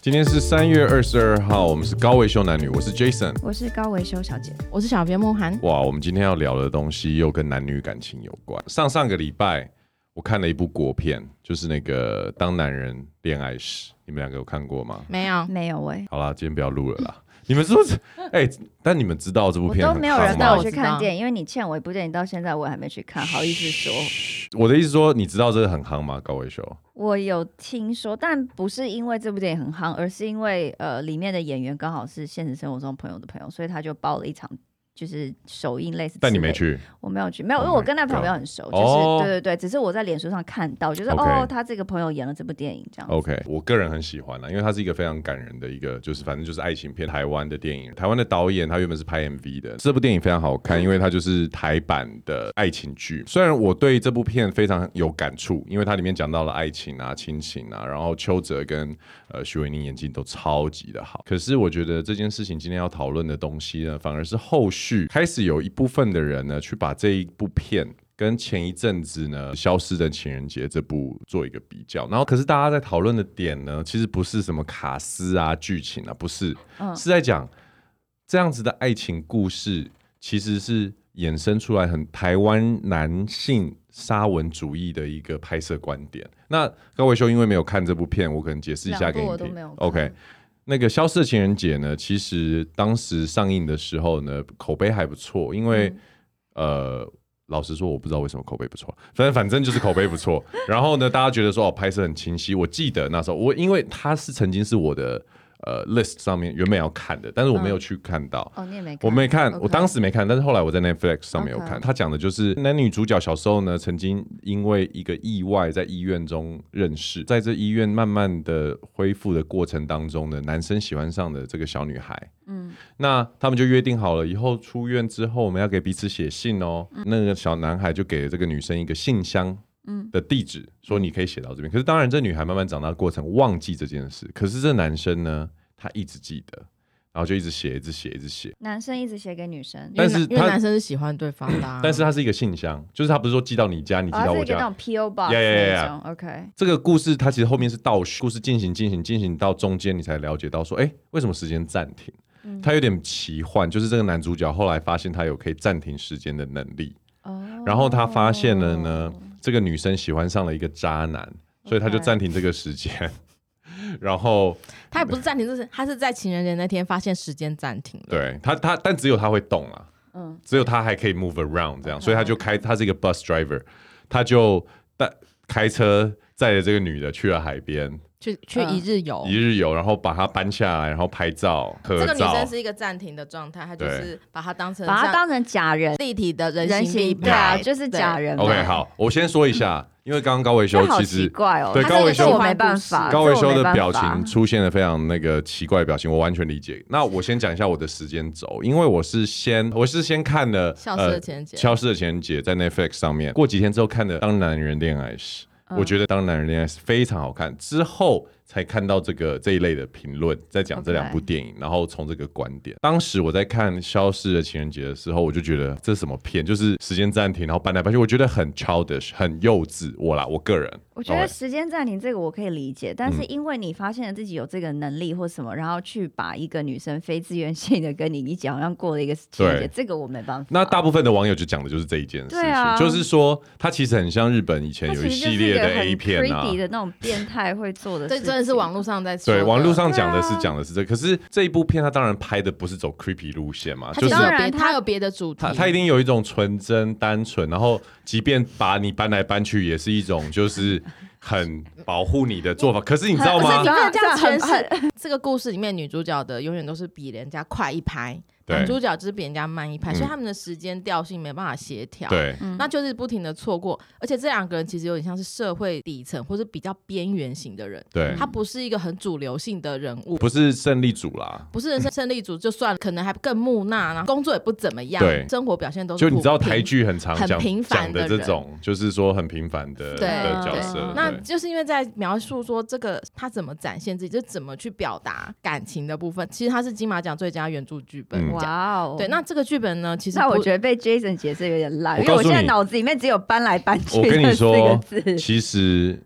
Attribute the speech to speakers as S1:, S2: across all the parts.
S1: 今天是三月二十二号，我们是高维修男女，我是 Jason。
S2: 我是高维修小姐，
S3: 我是小编梦涵，
S1: 哇，我们今天要聊的东西又跟男女感情有关。上上个礼拜我看了一部国片，就是那个《当男人恋爱时》，你们两个有看过吗？
S2: 嗯
S3: 没有，
S2: 没有欸喂、
S1: 好啦，今天不要录了啦。你们是不是？哎、但你们知道这部
S2: 我
S1: 片
S2: 都
S1: 很
S2: 没有
S1: 夯
S2: 人
S1: 吗
S2: 带
S3: 我
S2: 我去
S3: 知道
S2: 看电影，因为你欠我一部电影，到现在我还没去看，好意思说？
S1: 我的意思说，你知道这个很夯吗？高维修，
S2: 我有听说，但不是因为这部电影很夯，而是因为呃里面的演员刚好是现实生活中朋友的朋友，所以他就包了一场就是首映类似。
S1: 但你没，去，
S2: 我没有去，没有，因
S1: Oh
S2: 为
S1: my
S2: 我跟那朋友很熟，就
S1: 哦
S2: 是对对对，只是我在脸书上看到，就是
S1: OK
S2: 哦，他这个朋友演了这部电影这样子。
S1: OK，我个人很喜欢啦，因为它是一个非常感人的一个，就是反正就是爱情片，台湾的电影。台湾的导演他原本是拍 MV 的，这部电影非常好看，
S2: 嗯
S1: 因为它就是台版的爱情剧。虽然我对这部片非常有感触，因为它里面讲到了爱情啊、亲情啊，然后邱泽跟呃徐伟宁演技都超级的好。可是我觉得这件事情今天要讨论的东西呢，反而是后续开始有一部分的人呢，去把这一部片跟前一阵子呢《消失的情人节》这部做一个比较，然后可是大家在讨论的点呢，其实不是什么卡斯啊、剧情啊，不是，
S2: 嗯
S1: 是在讲这样子的爱情故事，其实是衍生出来很台湾男性沙文主义的一个拍摄观点。那高维修因为没有看这部片，我可能解释一下
S2: 两
S1: 给
S2: 部
S1: 你
S2: 我都
S1: 听
S2: 没有。看
S1: OK，那个《消失的情人节》呢，其实当时上映的时候呢，口碑还不错，因
S2: 嗯
S1: 为、呃，老实说，我不知道为什么口碑不错，反正反正就是口碑不错。 然后呢，大家觉得说哦，拍摄很清晰。我记得那时候我因为它是曾经是我的呃 list 上面原本要看的，但是我没有去看到。
S2: 哦，你也没看，
S1: 我没看，
S2: OK
S1: 我当时没看，但是后来我在 Netflix 上面有
S2: OK
S1: 看。他讲的就是男女主角小时候呢，曾经因为一个意外在医院中认识，在这医院慢慢的恢复的过程当中呢，男生喜欢上的这个小女孩。
S2: 嗯
S1: 那他们就约定好了，以后出院之后我们要给彼此写信哦。那个小男孩就给了这个女生一个信箱，
S2: 嗯
S1: 的地址，说你可以写到这边。可是当然，这女孩慢慢长大的过程忘记这件事，可是这男生呢，他一直记得，然后就一直写，一直写，一直写。
S2: 男生一直写给女生，
S3: 因为
S1: 但是
S3: 男因为
S1: 他
S3: 男生是喜欢对方的啊、
S1: 但是它是一个信箱，就是他不是说寄到你家，你寄
S2: 啊，
S1: 到
S2: 是
S1: 我
S2: 一个
S1: 家。
S2: 那种 PO
S1: Yeah,
S2: box
S1: yeah, yeah,
S2: 那种，OK，
S1: 这个故事它其实后面是倒叙，故事进行进行进行到中间，你才了解到说，哎，为什么时间暂停？
S2: 嗯
S1: 它有点奇幻，就是这个男主角后来发现他有可以暂停时间的能力，
S2: 哦，
S1: 然后他发现了呢，这个女生喜欢上了一个渣男，所以他就
S2: OK
S1: 暂停这个时间， 然后
S3: 他也不是暂停，就是他是在情人节那天发现时间暂停了。
S1: 对他，他但只有他会动啊，
S2: 嗯
S1: 只有他还可以 move around 这样，所以他就开，他是一个 bus driver，他就带开车载着这个女的去了海边
S3: 去去一日游。
S2: 哦
S1: 一日游，然后把她搬下来，然后拍照合
S3: 这个女
S1: 照
S3: 生。是一个暂停的状态，她就
S1: 对
S3: 是把她当成
S2: 把他
S3: 像
S2: 当成假人，
S3: 立体的人
S2: 人
S3: 形立
S2: 形
S3: 牌
S2: 对啊，就是假。人嘛。
S1: OK，好，我先说一下，因为刚刚高维修
S2: 这好
S1: 其
S2: 奇
S1: 实
S2: 怪哦，
S1: 对
S2: 他
S1: 高
S2: 这
S1: 维
S2: 个
S1: 修
S2: 是我没办法，
S1: 高
S2: 这
S1: 维
S2: 我
S1: 修
S2: 没
S1: 的
S2: 办
S1: 表
S2: 法
S1: 情出现了非常那个奇怪的表情，我完全理解。那我先讲一下我的时间轴，因为我是先我是先看了《
S3: 消失的情人节
S1: 呃消失的情人节》在 Netflix 上面，过几天之后看的《当男人恋爱时》，
S2: 嗯
S1: 我觉得《当男人恋爱时》非常好看，之后才看到这个这一类的评论，在讲这两部
S2: OK
S1: 电影，然后从这个观点，当时我在看《消失的情人节》的时候，我就觉得这是什么片，就是时间暂停，然后搬来搬去，我觉得很 childish，很幼稚，我啦，我个人，
S2: 我觉得
S1: OK
S2: 时间暂停这个我可以理解，但是
S1: 嗯
S2: 因为你发现了自己有这个能力或什么，然后去把一个女生非自愿性的跟你一起，好像过了一个情人节，
S1: 对
S2: 这个我没办法。
S1: 那大部分的网友就讲的就是这一件事
S2: 对
S1: 情，
S2: 啊
S1: 就是说它其实很像日本以
S2: 它
S1: 前有
S2: 其实
S1: 一
S2: 就是
S1: 系列
S2: 一个
S1: 的
S2: 很
S1: A 片
S2: creepy
S1: 啊。
S2: 的那种变态会做 的事
S3: 这
S2: 情，
S3: 真的是网络上在说的
S1: 对，网络上
S2: 对啊
S1: 讲的是讲的是这可是这一部片它当然拍的不是走 creepy 路线嘛，
S3: 她
S1: 就
S3: 其
S1: 是
S3: 实有
S2: 当然
S3: 别，
S2: 她
S3: 她有别的主题，
S1: 它它一定有一种纯真单纯，然后即便把你搬来搬去，也是一种就是很保护你的做 法。可是你知道
S3: 不是
S1: 吗
S3: 你？不能这样
S2: 这样
S3: 诠释。这个故事里面，女主角的永远都是比人家快一拍，
S1: 对
S3: 男主角就是比人家慢一拍，
S1: 嗯
S3: 所以他们的时间调性没办法协调。
S1: 对，
S3: 那就是不停的错过，而且这两个人其实有点像是社会底层或是比较边缘型的人，
S1: 对
S3: 他不是一个很主流性的人物，
S1: 不是胜利组啦。
S3: 不是 人生胜利组就算了，可能还更木讷，然后工作也不怎么样，
S1: 对
S3: 生活表现都是
S1: 就你知道
S3: 普
S1: 台
S3: 平。
S1: 剧很常
S3: 很
S1: 讲
S3: 平
S1: 讲
S3: 凡的
S1: 的这
S3: 人
S1: 种，就是说很平凡的
S3: 对
S1: 的角
S2: 对
S1: 色。
S3: 嗯那
S1: 对
S3: 就是因为在描述说这个他怎么展现自己，就怎么去表达感情的部分。其实他是金马奖最佳原著剧本
S1: 嗯
S3: 奖。
S2: 哇哦，
S3: 对，那这个剧本呢，其实
S2: 那我
S3: 不
S2: 觉得被 Jason 解释有点烂，
S1: 我
S2: 因为
S1: 告
S2: 我
S1: 诉
S2: 现在
S1: 你
S2: 脑子里面只有搬来搬去
S1: 我跟你
S2: 这四个
S1: 说
S2: 字，
S1: 其实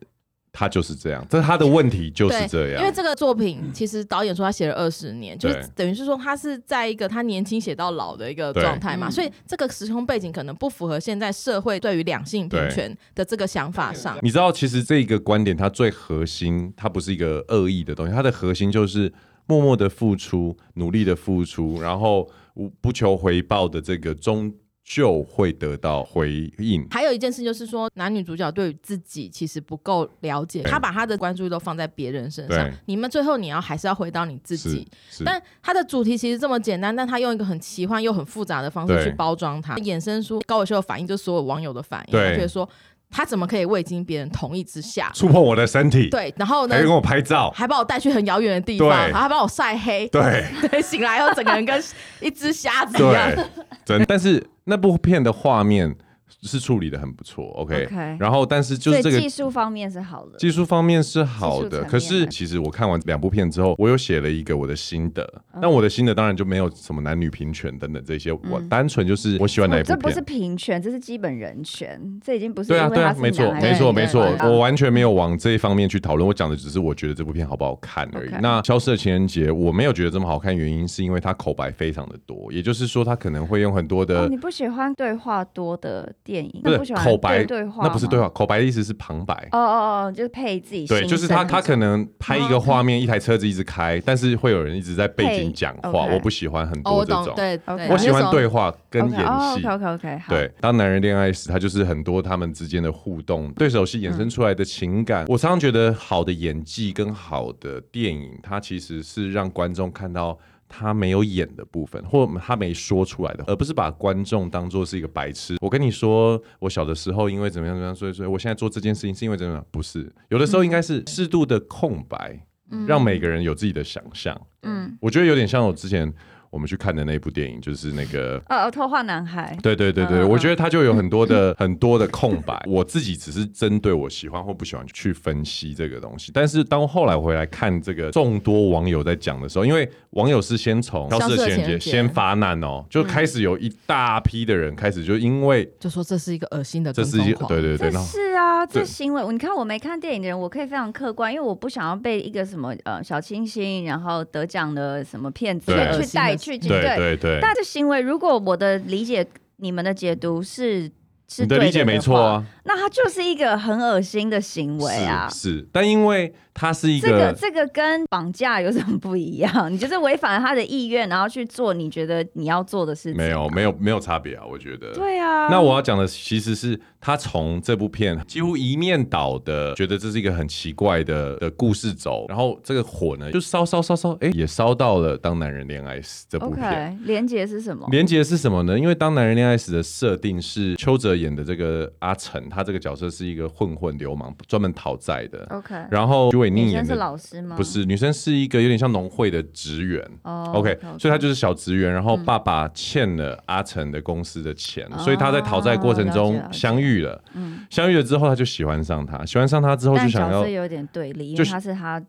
S1: 他就是这样，这是他的问题就是
S3: 对，
S1: 这样，嗯
S3: 因为这个作品，其实导演说他写了二十年，就
S1: 对
S3: 是等于是说他是在一个他年轻写到老的一个
S1: 对
S3: 状态嘛，
S2: 嗯
S3: 所以这个时空背景可能不符合现在社会对于两性平
S1: 对
S3: 权的这个想法上。
S1: 你知道，其实这个观点它最核心，它不是一个恶意的东西，它的核心就是嗯默默的付出、努力的付出，然后无不求回报的这个，终究会得到回应。
S3: 还有一件事就是说，男女主角对于自己其实不够了解，
S1: 对
S3: 他把他的关注力都放在别人身上
S1: 对，
S3: 你们最后你要还是要回到你自
S1: 是
S3: 己。
S1: 是，
S3: 但它的主题其实这么简单，但他用一个很奇幻又很复杂的方式
S1: 对
S3: 去包装它，衍生出高伟修的反应，就是所有网友的反应，
S1: 对
S3: 他觉得说他怎么可以未经别人同意之下，
S1: 触碰我的身体，
S3: 对，然后呢
S1: 还，跟我拍照，
S3: 还把我带去很遥远的地方，
S1: 对
S3: 然后还把我晒黑，
S1: 对
S3: 对，醒来后整个人跟一只瞎 子一样。
S1: 对，真。但是那部片的画面是处理的很不错，OK。
S2: OK
S1: 然后，但是就
S2: 所
S1: 是
S2: 以
S1: 这个
S2: 技术方面是好的。
S1: 技术方面是好
S2: 技术层
S1: 的，
S2: 面
S1: 可是
S2: 的
S1: 其实我看完两部片之后，我有写了一个我的心得。
S2: 嗯
S1: 但我的心得当然就没有什么男女平权等等这些，我单纯就是我喜欢哪一部
S2: 哦这不是
S1: 片。
S2: 平权，这是基本人权，这已经不是
S1: 对啊，
S2: 因为
S1: 对
S2: 他
S1: 啊，
S2: 是
S1: 没错，
S2: 男
S1: 没错，
S2: 还
S1: 没
S2: 是
S1: 错
S2: 女，
S1: 我完全没有往这一方面去讨论。我讲的只是我觉得这部片好不好看而已。
S2: OK
S1: 那《消失的情人节》我没有觉得这么好看，原因是因为它口白非常的多，也就是说它可能会用很多的
S2: 哦，你不喜欢对话多的电影，
S1: 不
S2: 那
S1: 是
S2: 不喜欢
S1: 口白，
S2: 对话，
S1: 那不是对。话，口白的意思是旁白。
S2: 哦哦哦，就是配自己心
S1: 对，
S2: 声
S1: 就是他，他
S2: 那种
S1: 可能拍一
S3: 哦嗯
S1: 个画面，一台车子一直开，但是会有人一直在背景讲
S2: 配
S1: 话，
S2: ，OK
S1: 我不喜欢很
S3: 哦，
S1: 多
S3: 我
S1: 这
S3: 懂，
S1: 种。
S3: 对，
S2: OK
S3: 对
S1: 我喜欢对，
S3: 那时哦
S1: 话跟演
S2: OK
S1: 戏。
S2: OK OK，好，
S1: 对，当男人恋爱时，他就是很多他们之间的互动，对手戏衍生出来的情感。我常常觉得，好的演技跟好的电影，它其实是让观众看到。他没有演的部分，或他没说出来的，而不是把观众当做是一个白痴。我跟你说，我小的时候因为怎么样怎么样，所以所以我现在做这件事情是因为怎么样？不是，有的时候应该是适度的空白，让每个人有自己的想象。
S2: 嗯，
S1: 我觉得有点像我之前我们去看的那一部电影，就是那个
S2: 哦哦，偷画男孩，
S1: 对对对对，
S2: 嗯嗯
S1: 我觉得它就有很多的 很多的空白。我自己只是针对我喜欢或不喜欢去分析这个东西，但是当后来回来看这个众多网友在讲的时候，因为网友是先从
S3: 消
S1: 消失
S3: 失
S1: 的
S3: 的情
S1: 情
S3: 人
S1: 人
S3: 节
S1: 节先发难
S2: 嗯
S1: 哦，就开始有一大批的人开始就因为
S3: 候就说这是一个恶心的
S1: 这
S3: 跟
S1: 是一
S3: 踪狂，
S1: 对对对，
S2: 这
S1: 然后
S2: 是啊，这
S1: 对
S2: 行为，你看我没看电影的人，我可以非常客观，因为我不想要被一个什么呃小清新，然后得奖的什么骗子
S1: 对
S2: 去带去
S1: 对对对，
S2: 但这行为，如果我的理解，你们的解读是是
S1: 你
S2: 对
S1: 的理解没错
S2: 话，
S1: 啊，
S2: 那它就是一个很恶心的行为啊。
S1: 是是，但因为它是一
S2: 这个
S1: 个
S2: 这个跟绑架有什么不一样？你 就是违反了他的意愿，然后去做你觉得你要做的事情。
S1: 没有没有没有差别啊，我觉得
S2: 对啊，
S1: 那我要讲的其实是他从这部片几乎一面倒的觉得这是一个很奇怪的的故事走，然后这个火呢就烧烧烧烧，哎、也烧到了《当男人恋爱时》这部片。
S2: OK 连结是什么？
S1: 连结是什么呢？因为《当男人恋爱时》的设定是邱泽演的这个阿成，他这个角色是一个混混流氓，专门讨债的。
S2: OK，
S1: 然后徐伟宁
S2: 哦女
S1: 演
S2: 生是
S1: 的
S2: 老师吗？
S1: 不是女生，是一个有点像农会的职员。
S2: 哦嗯
S1: OK，所以他
S2: 他
S1: 就是小职员，然后爸爸欠了阿成的公司的钱，所以他在讨债过程
S2: 哦了
S1: 中
S2: 解了解
S1: 相遇了，
S2: 嗯
S1: 相遇了之后他就喜欢上他，喜欢上他之后就
S2: 但
S1: 想
S2: 角
S1: 要
S2: 色，有点对立，因
S1: 就
S2: 为
S1: 是
S2: 他是他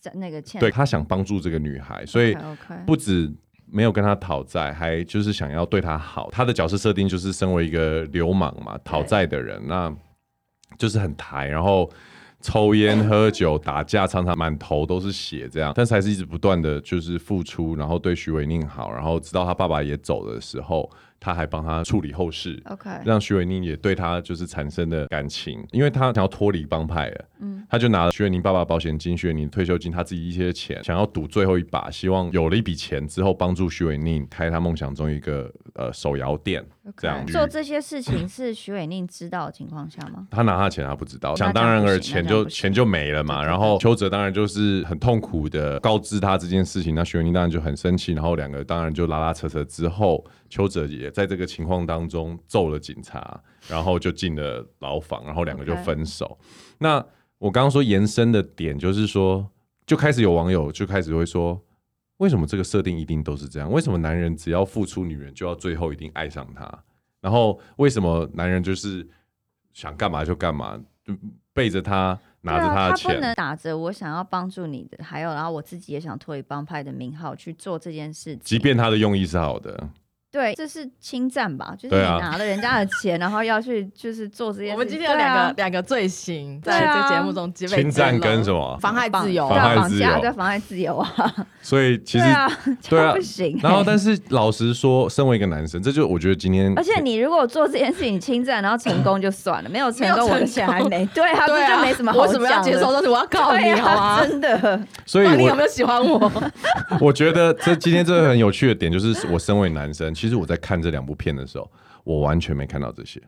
S2: 在那个欠
S1: 对他想帮助这个女孩，所以
S2: OK，
S1: 不止没有跟她讨债，还就是想要对她好。他的角色设定就是身为一个流氓嘛，讨债的人，那就是很抬，然后。抽烟、喝酒、打架，常常满头都是血，这样，但是还是一直不断的就是付出，然后对徐伟宁好，然后直到他爸爸也走的时候，他还帮他处理后事，
S2: OK，
S1: 让徐伟宁也对他就是产生了感情，因为他想要脱离帮派了，
S2: 嗯
S1: 他就拿了徐伟宁爸爸保险金、徐伟宁退休金，他自己一些钱，想要赌最后一把，希望有了一笔钱之后，帮助徐伟宁开他梦想中一个呃手摇店，这样嗯
S2: 做这些事情是徐伟宁知道的情况下吗？
S1: 他拿他钱他不知道，
S2: 那这
S1: 想
S2: 样
S1: 当然
S2: 不
S1: 而
S2: 行
S1: 钱
S2: 那这样
S1: 就
S2: 不行
S1: 钱就没了嘛。
S2: 对对对
S1: 然后邱泽当然就是很痛苦的告知他这件事情，那徐文宁当然就很生气，然后两个当然就拉拉扯扯之后，邱泽也在这个情况当中揍了警察，然后就进了牢房，然后两个就
S2: OK
S1: 分手。那我刚刚说延伸的点就是说，就开始有网友就开始会说。为什么这个设定一定都是这样？为什么男人只要付出，女人就要最后一定爱上他？然后为什么男人就是想干嘛就干嘛，就背着他拿着
S2: 对啊
S1: 的
S2: 他不
S1: 钱？
S2: 能打着我想要帮助你的，还有然后我自己也想脱离帮派的名号去做这件事情。
S1: 即便他的用意是好的，
S2: 对，这是侵占吧？就是
S1: 对
S2: 你
S1: 啊
S2: 拿了人家的钱，然后要去就是做这件事。
S3: 我们今天有两个、
S2: 对啊
S3: 两个罪行
S2: 对
S3: 在这
S2: 啊
S3: 个节目中基本
S1: 侵占跟什
S3: 么
S1: 么？
S3: 妨害自由
S2: 对啊
S1: 妨害
S2: 绑
S1: 自
S2: 架
S1: 由
S2: 对妨碍自由啊，
S1: 所以其实
S2: 对，啊，这
S1: 对啊
S2: 样不行欸、
S1: 然后但是老实说，身为一个男生，这就我觉得今天，
S2: 而且你如果做这件事情侵占，然后成功就算了，没有成
S3: 没有
S2: 功我的
S3: 成
S2: 钱还
S3: 功
S2: 没，对啊，
S3: 对
S2: 这
S3: 啊，
S2: 就没什么好
S3: 我为什么要
S2: 讲的
S3: 接受？但是我要告你
S2: 对
S3: 好
S2: 啊，
S3: 吗？
S2: 真的，
S1: 所以
S3: 到底有
S1: 我
S3: 没有喜欢我？
S1: 我觉得这今天这个很有趣的点就是，我身为男生，其实我在看这两部片的时候，我完全没看到这 些。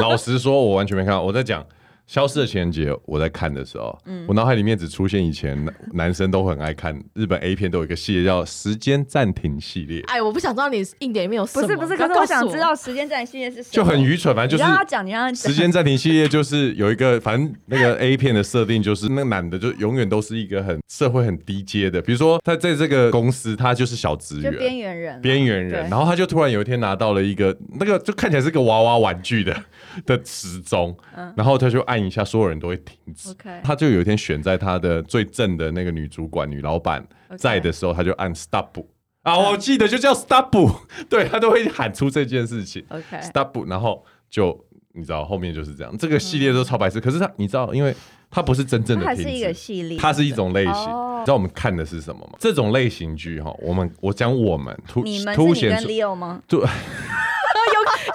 S1: 老实说，我完全没看到。我在讲《消失的情人节》，我在看的时候，
S2: 嗯
S1: 我脑海里面只出现以前男男生都很爱看日本 A 片，都有一个系列叫“时间暂停”系列，
S2: 啊
S3: 哎，我不想知道你硬点里面有什
S2: 不
S3: 么。
S2: 是不是，
S3: 要
S2: 可是我
S3: 告诉
S2: 想知道时间战系列是什么，
S1: 就很愚蠢。反正就
S2: 你让他
S1: 是
S2: 讲，你让他讲
S1: 时间暂停系列就是有一个，反正那个 A 片的设定就是那个男的就永远都是一个很社会很低阶的，比如说他在这个公司他就是小职
S2: 就
S1: 员，
S2: 边缘人啊，
S1: 边缘人，
S2: 对
S1: 然后他就突然有一天拿到了一个那个就看起来是个娃娃玩具的 的时钟，然后他就按一下，所有人都会停止。
S2: 嗯 OK
S1: 他就有一天选在他的最正的那个女主管、女老板
S2: OK
S1: 在的时候，他就按 stop 啊，我记得就叫 stop，对 他都会喊出这件事情
S2: OK
S1: stop，然后就你知道后面就是这样，这个系列都超白痴。可是他你知道，因为他不是真正
S2: 它
S1: 的
S2: 嗯还
S1: 停
S2: 是一
S1: 止
S2: 个，系列，
S1: 它是一种类型。
S2: 哦
S1: 你知道我们看的是什么吗？这种类型剧哈，我们我讲我们凸
S2: 你们是
S1: 凸
S2: 你跟
S1: 显出
S2: Leo 吗？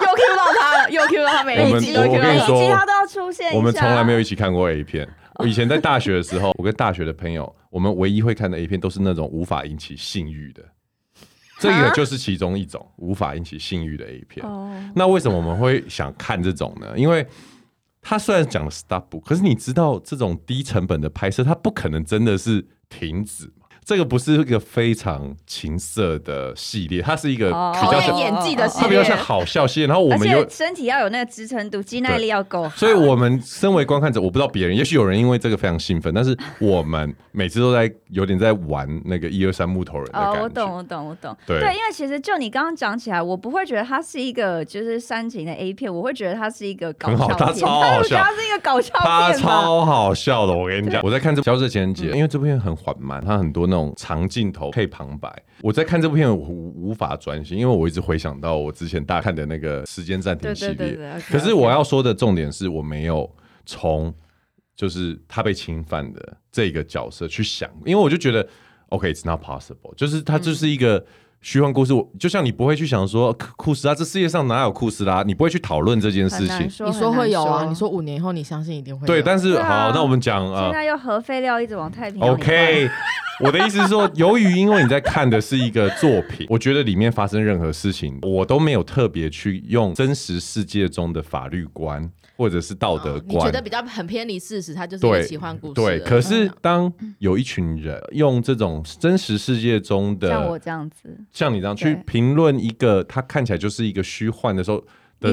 S3: 又 Q 到他了，又 Q 到他，每
S1: 我
S3: 一
S1: 们
S3: 集都
S1: 我
S3: Q
S1: 跟你
S3: 到
S1: 说
S2: 其他都要出现一下。哦
S1: 我们从来没有一起看过 A 片。我以前在大学的时候， 我跟大学的朋友，我们唯一会看的 A 片都是那种无法引起性欲的，这个就是其中一种无法引起性欲的 A 片。
S2: 啊哦，
S1: 那为什么我们会想看这种呢？因为他虽然讲了 stop，可是你知道这种低成本的拍摄，它不可能真的是停止嘛。这个不是一个非常情色的系列，它是一个
S2: 哦
S1: 比
S3: 考
S1: 较
S3: 验
S1: 像，
S3: 演技的
S1: 它
S3: 系
S1: 比较
S3: 列，
S1: 像好笑系列。然后我
S2: 而
S1: 们又
S2: 且身体要有那个支撑度，肌耐力要够。
S1: 所以，我们身为观看者，我不知道别人，也许有人因为这个非常兴奋，但是我们每次都在有点在玩那个一二三木头人的感
S2: 哦，
S1: 觉。
S2: 我懂，我懂，我懂。
S1: 对
S2: 因为其实就你刚刚讲起来，我不会觉得它是一个就是煽情的 A 片，我会觉得它是一个搞
S1: 很好
S2: 笑片。
S1: 它超好
S2: 但我觉得
S1: 笑
S2: 它是一个搞笑
S1: 他
S2: 片吧。
S1: 超好笑的，我跟你讲，我在看这《消失的情人节》，因为这部片很缓慢，它很多那种长镜头配旁白。我在看这部片，我无无法专心，因为我一直回想到我之前大看的那个《时间暂停
S2: 对》
S1: 系
S2: 对
S1: 列。
S2: 对对。OK，
S1: 可是
S2: OK
S1: 我要说的重点是我没有从就是他被侵犯的这个角色去想，因为我就觉得 OK，it's、not possible，就是他就是一个虚幻故事。我就像你不会去想说库库斯拉，啊这世界上哪有库斯拉？你不会去讨论这件事
S2: 很难
S1: 情。
S2: 说，
S3: 你说
S2: 很难
S3: 会有啊？你说五年以后你相信一定会有
S1: 对，但是、
S2: 对啊
S1: 好，那我们讲啊
S2: 现。在又核废料一直往太平洋里灌
S1: OK，我的意思是说，由于因为你在看的是一个作品，我觉得里面发生任何事情，我都没有特别去用真实世界中的法律观或者是道德
S3: 哦你觉
S1: 观
S3: 得比较很偏离事实，它就是一
S1: 对
S3: 个奇幻故事嗯而
S1: 对，
S3: 已。
S1: 可是当有一群人用这种真实世界中
S2: 嗯像我
S1: 的
S2: 这样子，
S1: 像你这样去
S2: 对
S1: 评论一个他看起来就是一个虚幻的时候
S2: 你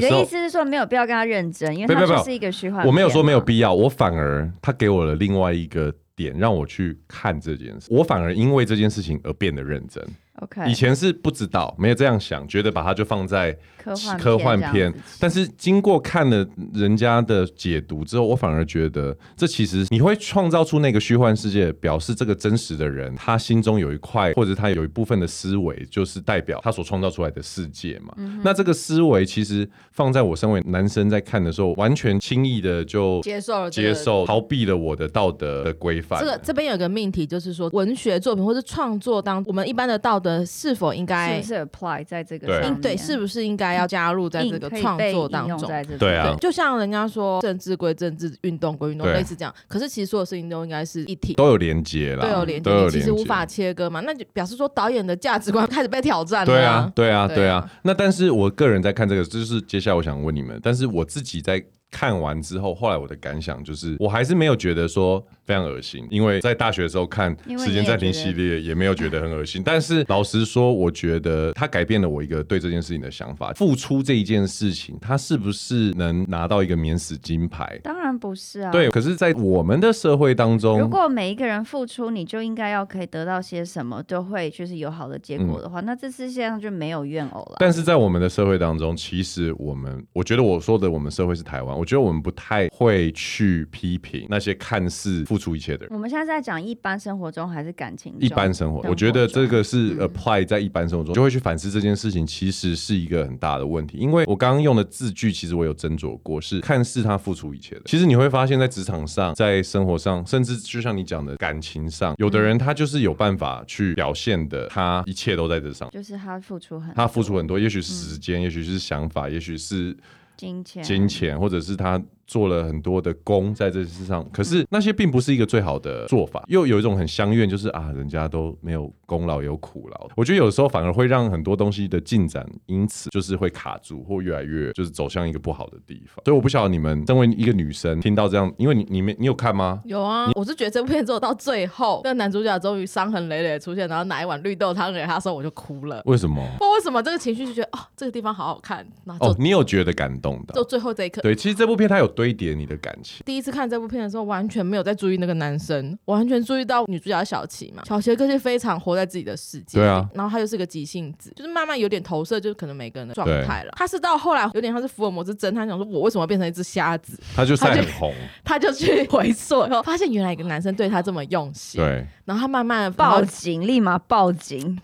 S1: 的
S2: 的
S1: 时
S2: 意
S1: 候，
S2: 思是说没有必要跟他认真，因
S1: 没
S2: 为
S1: 有
S2: 他
S1: 没有
S2: 就是一个虚幻。
S1: 我没有说没有，必要，我反而他给我了另外一个点让我去看这件事，我反而因为这件事情而变得认真。
S2: OK，
S1: 以前是不知道，没有这样想，觉得把它就放在
S2: 科幻
S1: 科幻
S2: 这样
S1: 片
S2: 子，
S1: 但是经过看了人家的解读之后，我反而觉得这其实你会创造出那个虚幻世界，表示这个真实的人他心中有一块或者他有一部分的思维，就是代表他所创造出来的世界嘛。
S3: 嗯
S1: 那这个思维其实放在我身为男生在看的时候，完全轻易的就
S3: 接受了这
S1: 接
S3: 个
S1: 受逃避了我的道德的规范。
S3: 这个这边有个命题，就是说文学作品或是创作当我们一般的道德是否应
S2: 是
S3: 该
S2: 不是 apply 在这个
S1: 对啊
S2: 上
S1: 应
S2: 面？
S3: 对，是不是应该要加入在
S2: 硬
S3: 这个
S2: 可以
S3: 创
S2: 被
S3: 作
S2: 应
S3: 当
S2: 用
S3: 中？
S2: 在这
S1: 对
S2: 种
S1: 啊
S3: 对，就像人家说政治归政治，运动归运动，
S1: 对
S3: 类似这样。可是其实所有事情都应该是一体。
S1: 都有连接啦，
S3: 都有连
S1: 啊都有
S3: 接，
S1: 连
S3: 其实无
S1: 接
S3: 法切割嘛，那就表示说导演的价值观开始被挑战了。
S1: 对啊，，对啊，
S3: 对啊
S1: 对啊。那但是我个人在看这个，就是接下来我想问你们，但是我自己在看完之后，后来我的感想就是，我还是没有觉得说非常恶心，因为在大学的时候看
S2: 因为你
S1: 《时
S2: 也
S1: 间暂停》
S2: 觉得
S1: 系列也没有觉得很恶心。但是老实说，我觉得它改变了我一个对这件事情的想法。付出这一件事情，它是不是能拿到一个免死金牌？
S2: 当然不是啊。
S1: 对，可嗯是，在我们的社会当中，
S2: 如果每一个人付出，你就应该要可以得到些什么，都会就是有好的结果
S1: 嗯
S2: 的话，那这世界上就没有怨偶了。
S1: 但是在我们的社会当中，其实我们，我觉得我说的我们社会是台湾，我我觉得我们不太会去批评那些看似付出一切的人。
S2: 我们现在是在讲一般生活中还是感情中？
S1: 一般生活，
S2: 生
S1: 我觉得
S2: 中
S1: 这个是
S2: 嗯
S1: apply 在一般生活中，就会去反思这件事情，其实是一个很大的问题。因为我刚刚用的字句，其实我有斟酌过，是看似他付出一切的，其实你会发现在职场上、在生活上，甚至就像你讲的感情上，有的人他就是有办法去表现的，他一切都在这上。
S2: 就是他付出很
S1: 他付出很多，也许是时间，也许是想法，也许是
S2: 金钱，
S1: 金钱，或者是他做了很多的功在这事上，可是那些并不是一个最好的做法，又有一种很相怨，就是啊，人家都没有功劳有苦劳，我觉得有时候反而会让很多东西的进展，因此就是会卡住，或越来越就是走向一个不好的地方。所以我不晓得你们身为一个女生听到这样，因为你你们你有看吗？
S3: 有啊，我是觉得这部片只有到最后，那男主角终于伤痕累累地出现，然后拿一碗绿豆汤给他的时候，我就哭了。
S1: 为什么？
S3: 不知道为什么这个情绪就觉得哦，这个地方好好看，然后
S1: 哦
S3: 就，
S1: 你有觉得感动
S3: 就
S1: 的？
S3: 最后这一刻。
S1: 对，其实这部片它有堆叠你的感情。
S3: 第一次看这部片的时候，完全没有在注意那个男生，完全注意到女主角小琪嘛。小琪的个性非常活在自己的世界，
S1: 对啊，
S3: 然后她又是个急性子，就是慢慢有点投射，就是可能每个人的状
S1: 对
S3: 态了。她是到后来有点像是福尔摩斯侦探，想说我为什么要变成一只瞎子，
S1: 他就晒
S3: 他就
S1: 很红，
S3: 她就去回溯，然后发现原来一个男生对她这么用心，
S1: 对，
S3: 然后她慢慢的
S2: 报警，立马报警。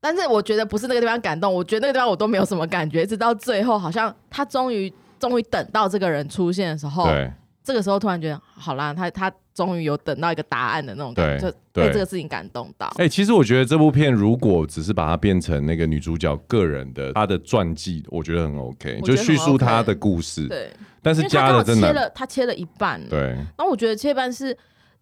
S3: 但是我觉得不是那个地方感动，我觉得那个地方我都没有什么感觉，直到最后好像他终于终于等到这个人出现的时候，
S1: 对，
S3: 这个时候突然觉得好啦，他他终于有等到一个答案的那种感觉，
S1: 对
S3: 就被
S1: 对
S3: 这个事情感动到。
S1: 哎、其实我觉得这部片如果只是把它变成那个女主角个人的她的传记，我觉得很 OK，
S3: 我觉
S1: 就
S3: 得
S1: 叙
S3: 很
S1: 述
S3: OK
S1: 她的故事。
S3: 对，
S1: 但是
S3: 因为他
S1: 加
S3: 刚好
S1: 了真
S3: 切
S1: 的
S3: 了他切了一半，
S1: 对
S3: 然后我觉得切半是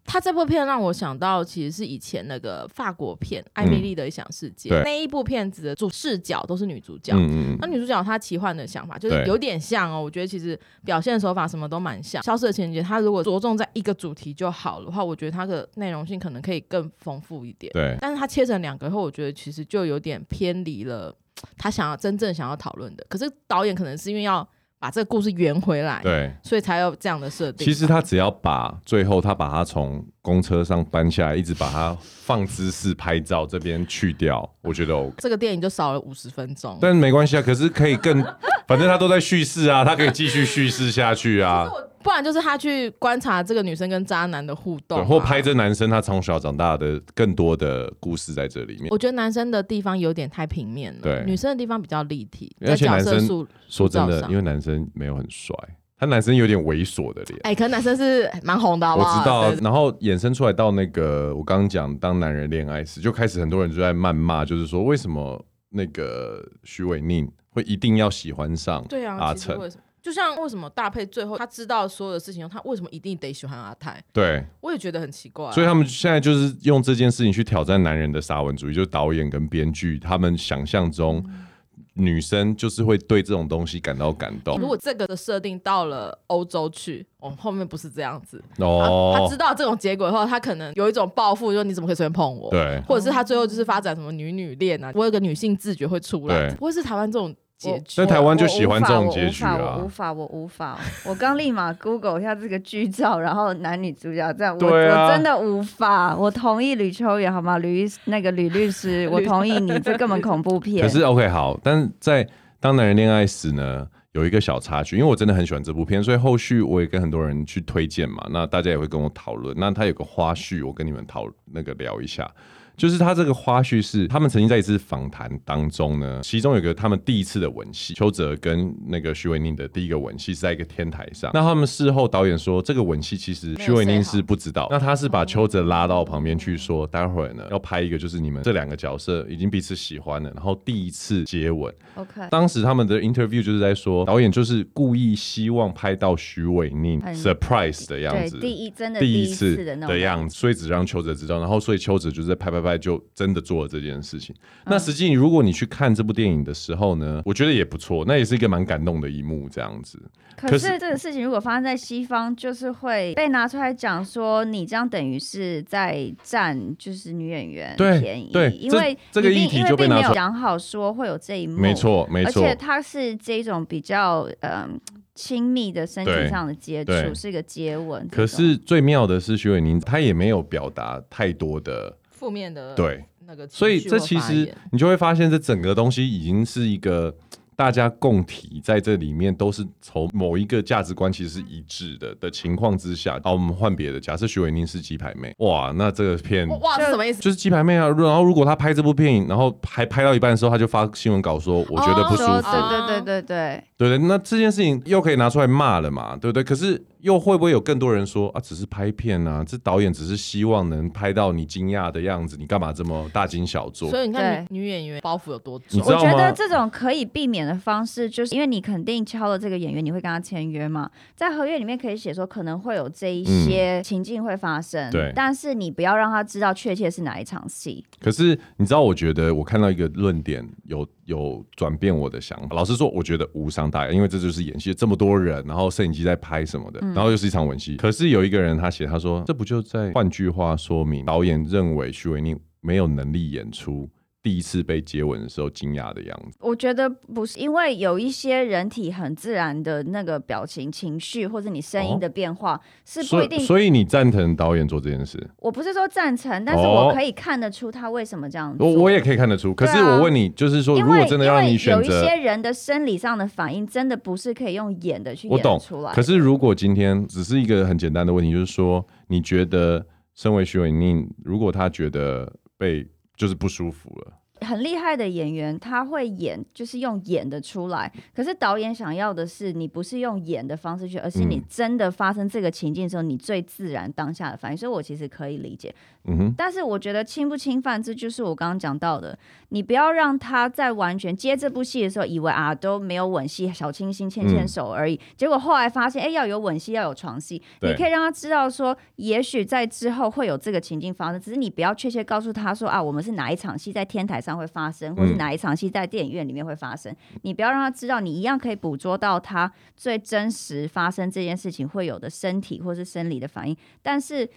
S3: 他这部片让我想到，其实是以前那个法国片《艾米丽的理想世界》
S1: 对
S3: 那一部片子的主视角都是女主角，
S1: 嗯嗯
S3: 那
S1: 嗯，
S3: 女主角她奇幻的想法就是
S1: 对
S3: 有点像哦，我觉得其实表现手法什么都蛮像。消失的情人节，它如果着重在一个主题就好的话，我觉得它的内容性可能可以更丰富一点。
S1: 对
S3: 但是它切成两个后，我觉得其实就有点偏离了他想要真正想要讨论的。可是导演可能是因为要把这个故事圆回来，
S1: 对。
S3: 所以才有这样的设定。
S1: 其实他只要把最后他把她从公车上搬下来，一直把她放姿势拍照这边去掉，我觉得 OK。
S3: 这个电影就少了五十分钟。
S1: 但没关系啊，可是可以更，反正他都在叙事啊，他可以继续叙事下去啊。
S3: 不然就是他去观察这个女生跟渣男的互动、
S1: 对，
S3: 啊，
S1: 或拍这男生他从小长大的更多的故事在这里面。
S3: 我觉得男生的地方有点太平面了，
S1: 对
S3: 女生的地方比较立体，
S1: 而且
S3: 在角
S1: 男
S3: 色
S1: 生
S3: 塑
S1: 说真
S3: 塑造
S1: 的，
S3: 上
S1: 因为男生没有很帅，他男生有点猥琐的脸。
S3: 哎、可能男生是蛮红的，好
S1: 我
S3: 不好？
S1: 知道啊
S3: 对，
S1: 然后衍生出来到那个我刚刚讲当男人恋爱时，就开始很多人就在谩骂，就是说为什么那个徐伟宁会一定要喜欢上
S3: 对啊，
S1: 阿
S3: 其实
S1: 成？
S3: 为什么？就像为什么大配最后他知道所有的事情，他为什么一定得喜欢阿泰？
S1: 对，
S3: 我也觉得很奇怪、啊
S1: 所以他们现在就是用这件事情去挑战男人的沙文主义，就是导演跟编剧他们想象中
S3: 嗯
S1: 女生就是会对这种东西感到感动
S3: 如果这个的设定到了欧洲去，我、后面不是这样子。他他
S1: 哦
S3: 知，道这种结果后，他可能有一种报复，就是你怎么可以随便碰我？
S1: 对
S3: 或者是他最后就是发展什么女女恋啊，我有个女性自觉会出来，
S1: 对
S3: 不会是台湾这种结局
S1: 在
S2: 我
S1: 台湾就
S2: 我
S1: 喜欢
S2: 无法
S1: 这种
S2: 我
S1: 结
S2: 无
S1: 局
S2: 法
S1: 啊
S2: 我无法，我无法。我刚立马 Google 一下这个剧照，然后男女主角这样，我
S1: 对啊
S2: 我真的无法。我同意吕秋远好吗？吕那个吕律师，我同意你，这根本恐怖片。
S1: 可是 OK 好，但是在当男人恋爱时呢，有一个小插曲，因为我真的很喜欢这部片，所以后续我也跟很多人去推荐嘛，那大家也会跟我讨论。那它有个花絮，我跟你们讨那个聊一下。就是他这个花絮是，他们曾经在一次访谈当中呢，其中有个他们第一次的吻戏，邱泽跟那个徐伟宁的第一个吻戏是在一个天台上。那他们事后导演说，这个吻戏其实徐伟宁是不知道，那他是把邱泽拉到旁边去说，待会儿呢要拍一个，就是你们这两个角色已经彼此喜欢了，然后第一次接吻。
S2: OK，
S1: 当时他们的 interview 就是在说，导演就是故意希望拍到徐伟宁
S2: 很
S1: surprise 的样
S2: 对，
S1: 子，
S2: 第一真的
S1: 第
S2: 第
S1: 一次
S2: 的那
S1: 的
S2: 种
S1: 样子，所以只让邱泽知道，然后所以邱泽就是在拍拍拍就真的做了这件事情。
S2: 嗯
S1: 那实际如果你去看这部电影的时候呢，我觉得也不错，那也是一个蛮感动的一幕，这样子。
S2: 可
S1: 可
S2: 是
S1: 是
S2: 这个事情如果发生在西方，就是会被拿出来讲说，你这样等于是在占就是女演员
S1: 对
S2: 便宜，
S1: 对
S2: 因
S1: 这
S2: 为
S1: 这个
S2: 你并
S1: 议题
S2: 因为
S1: 就被
S2: 并
S1: 拿
S2: 没有
S1: 出来
S2: 讲好说会有这一幕，
S1: 没，错，没
S2: 嗯而
S1: 错，
S2: 且它是这种比较嗯亲密的身体
S1: 对
S2: 上的接触，
S1: 对
S2: 是一个接吻这种。
S1: 可是最妙的是徐伟宁，他也没有表达太多的
S2: 嗯
S3: 负面的
S1: 对，
S3: 那个情绪
S1: 所以这
S3: 或
S1: 其
S3: 发
S1: 实
S3: 言
S1: 你就会发现，这整个东西已经是一个大家共体在这里面都是从某一个价值观其实是一致的的情况之下，好，我们换别的，假设徐伟宁是鸡排妹，哇，那这个片
S3: 哇，这是什么意思？
S1: 就是鸡排妹啊。然后如果她拍这部电影，然后还拍到一半的时候，她就发新闻稿说我觉得不舒
S2: 说
S3: 哦
S1: 服，
S2: 哦对对对对对，
S1: 对对，那这件事情又可以拿出来骂了嘛，对不对？可是又会不会有更多人说啊，只是拍片啊，这导演只是希望能拍到你惊讶的样子，你干嘛这么大惊小做？嗯
S3: 所以你看女女演员包袱有多
S1: 你
S3: 重
S1: 知
S2: 我
S1: 道
S2: 觉
S1: 吗
S2: 得这种可以避免的方式，就是因为你肯定敲了这个演员，你会跟他签约嘛，在合约里面可以写说可能会有这一些情境会发生，
S1: 嗯对
S2: 但是你不要让他知道确切是哪一场戏。
S1: 可是你知道，我觉得我看到一个论点有有转变我的想法。老实说，我觉得无伤大雅，因为这就是演戏，这么多人，然后摄影机在拍什么的，
S2: 嗯
S1: 然后又是一场吻戏。可是有一个人他写，他说这不就在换句话说明，导演认为徐维宁没有能力演出第一次被接吻的时候惊讶的样子。
S2: 我觉得不是，因为有一些人体很自然的那个表情、情绪或者你声音的变化、是不
S1: 哦所
S2: 一定
S1: 以，。所以你赞成导演做这件事？
S2: 我不是说赞成，但是
S1: 哦
S2: 我可以看得出他为什么这样做。
S1: 我我也可以看得出。可是
S2: 对啊
S1: 我问你，就是说，
S2: 因
S1: 如
S2: 为
S1: 果真的让你选
S2: 因为有
S1: 择
S2: 一，些人的生理上的反应，真的不是可以用演的去
S1: 我
S2: 演
S1: 懂
S2: 得出来。
S1: 可是如果今天只是一个很简单的问题，就是说，你觉得身为徐伟宁，如果他觉得被就是不舒服了，
S2: 很厉害的演员，他会演，就是用演的出来。可是导演想要的是，你不是用演的方式去，而是你
S1: 嗯
S2: 真的发生这个情境的时候，你最自然当下的反应。所以我其实可以理解，
S1: 嗯哼，
S2: 但是我觉得侵不侵犯，这就是我刚刚讲到的，你不要让他在完全接这部戏的时候，以为啊都没有吻戏，小清新牵
S1: 嗯
S2: 牵手而已。结果后来发现，哎，要有吻戏，要有床戏，
S1: 对
S2: 你可以让他知道说，也许在之后会有这个情境发生，只是你不要确切告诉他说啊，我们是哪一场戏在天台上会发生，或是
S1: 嗯
S2: 哪一场戏在电影院里面会发生。你不要让他知道，你一样可以捕捉到他最真实发生这件事情会有的身体或是生理的反应，但是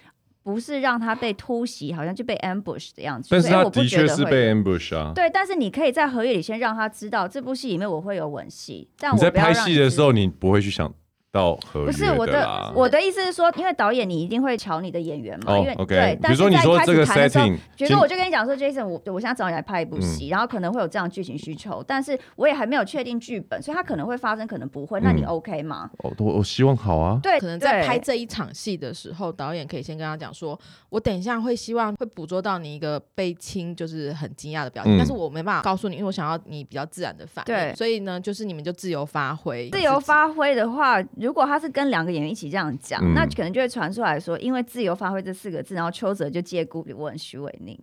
S2: 不是让他被突袭，好像就被 ambush 的样子。
S1: 但是
S2: 所以
S1: 他
S2: 我不
S1: 的
S2: 觉
S1: 确
S2: 得
S1: 是
S2: 会
S1: 被 ambush 啊。
S2: 对，但是你可以在合约里先让他知道这部戏里面我会有吻戏，但我
S1: 你在
S2: 不要
S1: 拍
S2: 让
S1: 戏的
S2: 知
S1: 时候，你不会去想到合
S2: 不是
S1: 约
S2: 我
S1: 的啦
S2: 的，。我的意思是说，因为导演你一定会瞧你的演员嘛，
S1: 哦
S2: 因为
S1: ，OK，
S2: 对，
S1: 比
S2: 但
S1: 如
S2: 是
S1: 说你
S2: 在
S1: 说
S2: 开
S1: 这个
S2: 始谈的时候
S1: setting，嗯
S2: 比
S1: 今
S2: 如说，我就跟你讲说，Jason，我我想找你来拍一部戏，然后可能会有这样的剧情需求，但是我也还没有确定剧本，所以它可能会发生，可能不会，那你
S1: 嗯
S2: OK 吗？
S1: 哦我我希望好啊。
S2: 对，
S3: 可能在
S2: 对
S3: 拍这一场戏的时候，导演可以先跟他讲说，我等一下会希望会捕捉到你一个被亲，就是很惊讶的表情，
S1: 嗯
S3: 但是我没办法告诉你，因为我想要你比较自然的反应。
S2: 对
S3: 所以呢，就是你们就自由发挥，
S2: 自由发挥的话，如果他是跟两个演员一起这样讲，
S1: 嗯
S2: 那可能就会传出来说，因为“自由发挥”这四个字，然后邱泽就借故问徐伟宁，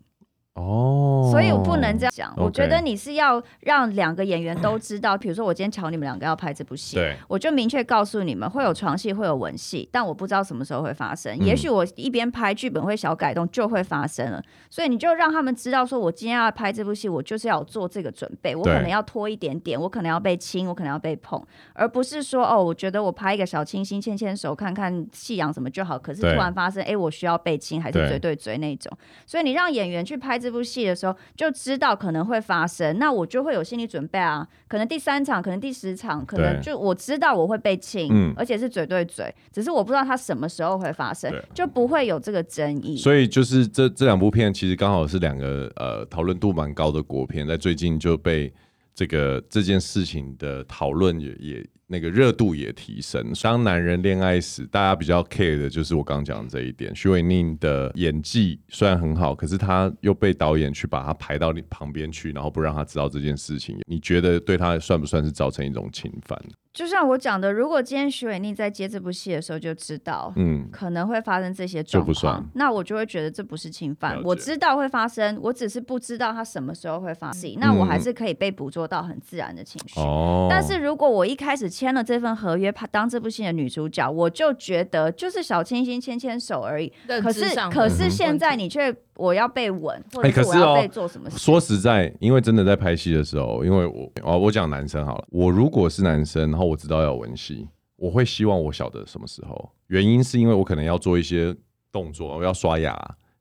S1: 哦，
S2: 所以我不能这
S1: 样。
S2: 样讲。我
S1: OK
S2: 觉得你是要让两个演员都知道，比如说我今天瞧你们两个要拍这部戏，
S1: 对，
S2: 我就明确告诉你们会有床戏，会有吻戏，但我不知道什么时候会发生。
S1: 嗯
S2: 也许我一边拍剧本会小改动，就会发生了。所以你就让他们知道，说我今天要拍这部戏，我就是要有做这个准备。我
S1: 对
S2: 可能要拖一点点，我可能要被亲，我可能要被碰，而不是说哦，我觉得我拍一个小清新牵牵手，看看夕阳什么就好。可是突
S1: 对
S2: 然发生，哎，我需要被亲还是
S1: 对
S2: 嘴对嘴那种。所以你让演员去拍这部戏的时候，就知道可能会发生，那我就会有心理准备啊。可能第三场，可能第十场，可能
S1: 对
S2: 就我知道我会被亲，
S1: 嗯
S2: 而且是嘴对嘴，只是我不知道它什么时候会发生
S1: 对，
S2: 就不会有这个争议。
S1: 所以就是这这两部片其实刚好是两个呃讨论度蛮高的国片，在最近就被这个这件事情的讨论也也那个热度也提升。当男人恋爱时，大家比较 care 的就是我刚刚讲的这一点。徐伟宁的演技虽然很好，可是他又被导演去把他排到你旁边去，然后不让他知道这件事情。你觉得对他算不算是造成一种侵犯？
S2: 就像我讲的，如果今天徐伟宁在接这部戏的时候就知道。
S1: 嗯，
S2: 可能会发生这些
S1: 就
S2: 状
S1: 不算
S2: 况，那我就会觉得这不是侵犯
S1: 了。解
S2: 我知道会发生，我只是不知道它什么时候会发生，那我还是可以被捕捉到很自然的情绪。
S1: 嗯哦，
S2: 但是如果我一开始签了这份合约，怕当这部戏的女主角，我就觉得就是小清新牵牵手而已。
S3: 认
S2: 可
S3: 知
S2: 是
S3: 上的
S2: 可
S1: 嗯
S2: 是
S3: 问
S2: 现在
S3: 题
S2: 你却我要被吻，或
S1: 哎
S2: 者
S1: 可
S2: 我
S1: 是
S2: 要
S1: 哦
S2: 被做什么事？
S1: 说实在，因为真的在拍戏的时候，因为我哦，我讲男生好了，我如果是男生，然后我知道要文戏，我会希望我晓得什么时候。原因是因为我可能要做一些动作，我要刷牙，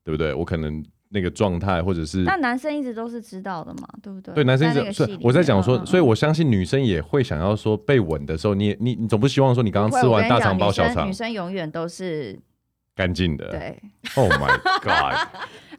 S1: 对不对？我可能那个状态或者是
S2: 但男生一直都是知道的嘛，对不对？
S1: 对男生
S2: 在那个
S1: 是，所
S2: 戏
S1: 以
S2: 里
S1: 我在
S2: 面
S1: 讲说，所以。
S2: 嗯嗯
S1: 我相信女生也会想要说被吻的时候，你也你你总不希望说你刚
S2: 不
S1: 刚
S2: 会
S1: 吃
S2: 我
S1: 完
S2: 跟你
S1: 大
S2: 讲
S1: 肠包
S2: 女
S1: 小
S2: 生
S1: 肠
S2: 女，生永远都是
S1: 干净的。
S2: 对，
S1: Oh my god！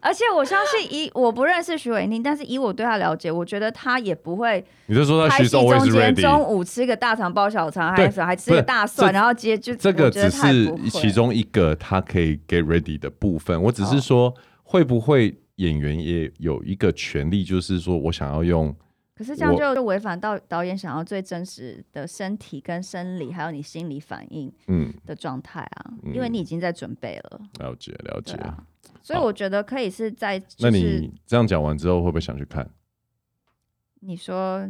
S2: 而且我相信以我不认识徐伟宁，但是以我对他了解，我觉得他也不会
S1: 你就说他
S2: 拍
S1: she's
S2: 戏中
S1: always
S2: 间中
S1: ready，
S2: 午吃个大肠包小肠，
S1: 对
S2: 还还吃个大
S1: 不
S2: 蒜，
S1: 是
S2: 然后接就
S1: 这个
S2: 我觉得
S1: 只
S2: 他也
S1: 是
S2: 不会
S1: 其中一个他可以 get ready 的部分。我只是说，会不会演员也有一个权利，就是说我想要用
S2: 可是这样
S1: 我
S2: 就就违反到导演想要最真实的身体跟生理，还有你心理反应
S1: 嗯
S2: 的状态啊，
S1: 嗯
S2: 因为你已经在准备了，
S1: 了解了
S2: 对
S1: 解。
S2: 啊。所以
S1: 好
S2: 我觉得可以是在，
S1: 那
S2: 就是
S1: 你这样讲完之后，会不会想去看
S2: 你说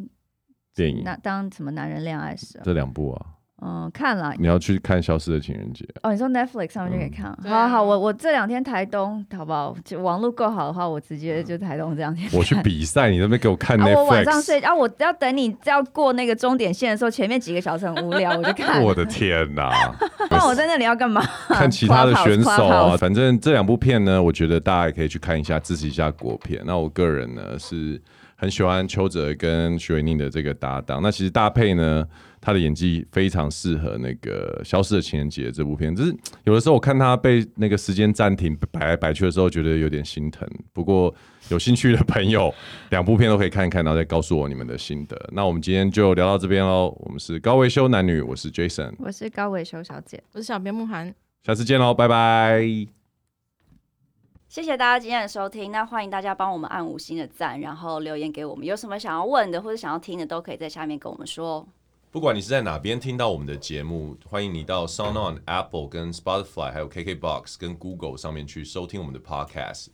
S1: 电影
S2: 那呃当什么男人恋爱时，
S1: 这两部啊？
S2: 嗯，看了
S1: 你要去看《消失的情人节》
S2: 哦，你说 Netflix 上面就可以看。
S3: 嗯
S2: 好好，我我这两天台东，好不好？就网络够好的话，我直接就台东这两天。
S1: 我去比赛，你那边给我看
S2: 啊，我晚上
S1: Netflix，、
S2: 睡，啊，我要等你要过那个终点线的时候，前面几个小时很无聊，我就 看。
S1: 我的天哪、
S2: 不然我在那里要干嘛？
S1: 看其他的选手
S2: Clubhouse，
S1: 啊，
S2: Clubhouse
S1: 反正这两部片呢，我觉得大家也可以去看一下，支持一下国片。那我个人呢是很喜欢邱泽跟徐伟宁的这个搭档。那其实搭配呢，他的演技非常适合那个《消失的情人节》这部片。只是有的时候我看他被那个时间暂停摆来摆去的时候，觉得有点心疼。不过有兴趣的朋友，两部片都可以看一看，然后再告诉我你们的心得。那我们今天就聊到这边喽。我们是高维修男女，我是 Jason，
S2: 我是高伟修小姐，
S3: 我是小编慕涵。
S1: 下次见喽，哦拜拜。
S2: 谢谢大家今天的收听。那欢迎大家帮我们按五星的赞，然后留言给我们，有什么想要问的或者想要听的，都可以在下面跟我们说哦。
S1: 不管你是在哪边听到我们的节目，欢迎你到 SoundOn、Apple、跟 Spotify、还有 KKBox、跟 Google 上面去收听我们的 Podcast。